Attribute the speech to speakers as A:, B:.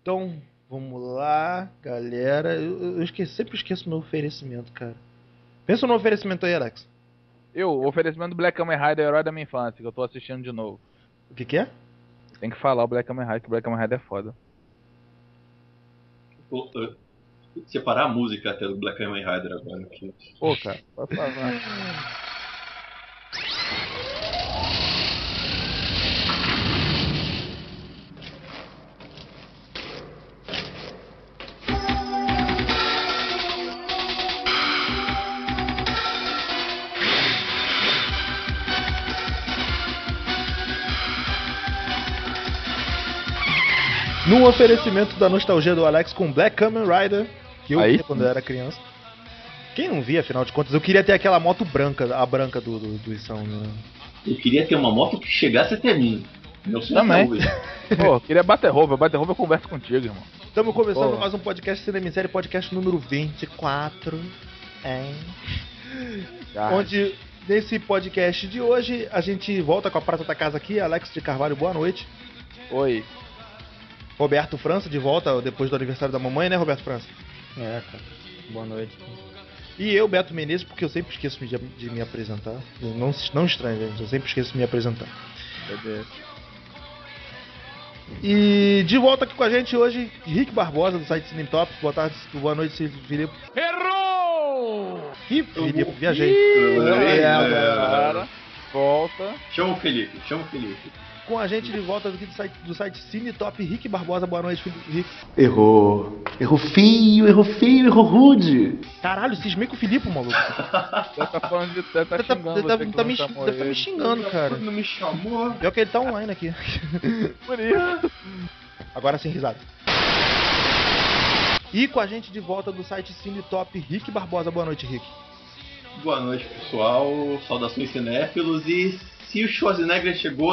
A: Então, vamos lá, galera. Eu, eu esqueci, sempre esqueço meu oferecimento, cara. Pensa no oferecimento aí, Alex.
B: Eu, o oferecimento do Black Kamen Rider, herói da minha infância, que eu tô assistindo de novo.
A: O que que é?
B: Tem que falar o Black Kamen Rider, que o Black Kamen Rider é foda.
C: Pô, eu- Separar a música até do Black Kamen Rider agora. que-
B: Pô, cara, pode falar.
A: Num oferecimento da nostalgia do Alex com Black Kamen Rider, que eu
B: Aí
A: via
B: sim.
A: quando eu era criança. Quem não via, afinal de contas, eu queria ter aquela moto branca, a branca do, do, do Isão, né?
C: Eu queria ter uma moto que chegasse até mim. Meu sonho
B: Também.
C: até hoje.
B: Pô, queria bater roupa, bater roupa eu converso contigo, irmão.
A: Estamos começando
B: Boa.
A: mais um podcast Cinema em Série, podcast número 24, hein?
B: Já.
A: Onde, nesse podcast de hoje, a gente volta com a prata da casa aqui, Alex de Carvalho, boa noite.
B: Oi.
A: Roberto França, de volta depois do aniversário da mamãe, né, Roberto França?
D: É, cara. Boa noite.
A: E eu, Beto Menezes, porque eu sempre esqueço de, de me apresentar. Não, se- não estranho, gente, eu sempre esqueço de me apresentar.
B: Cadê?
A: E de volta aqui com a gente hoje, Henrique Barbosa, do site Cine Top. Boa tarde, boa noite, Filipe. Errou! Ih, Filipe, viajei.
C: Ei,
B: Cara, volta.
C: Chama o Felipe, chama o Felipe.
A: Com a gente de volta aqui do site, do site Cine Top, Henrique Barbosa. Boa noite, Filipe. Henrique.
E: Errou. Errou feio, errou feio, errou rude.
A: Caralho, cismei com o Filipe, maluco.
B: Você tá falando de. Você tá
A: Você tá,
B: xingando
A: você
B: você
A: tá-
B: que
A: tá
B: não
A: me, xing-
B: chamou
A: deve tá me
B: ele.
A: xingando, cara.
C: Não me chamou.
A: Pior que ele tá online aqui.
B: Por isso.
A: Agora sem risada. E com a gente de volta do site Cine Top, Rick Barbosa. Boa noite, Rick.
C: Boa noite, pessoal. Saudações cinéfilos. E se o Schwarzenegger chegou,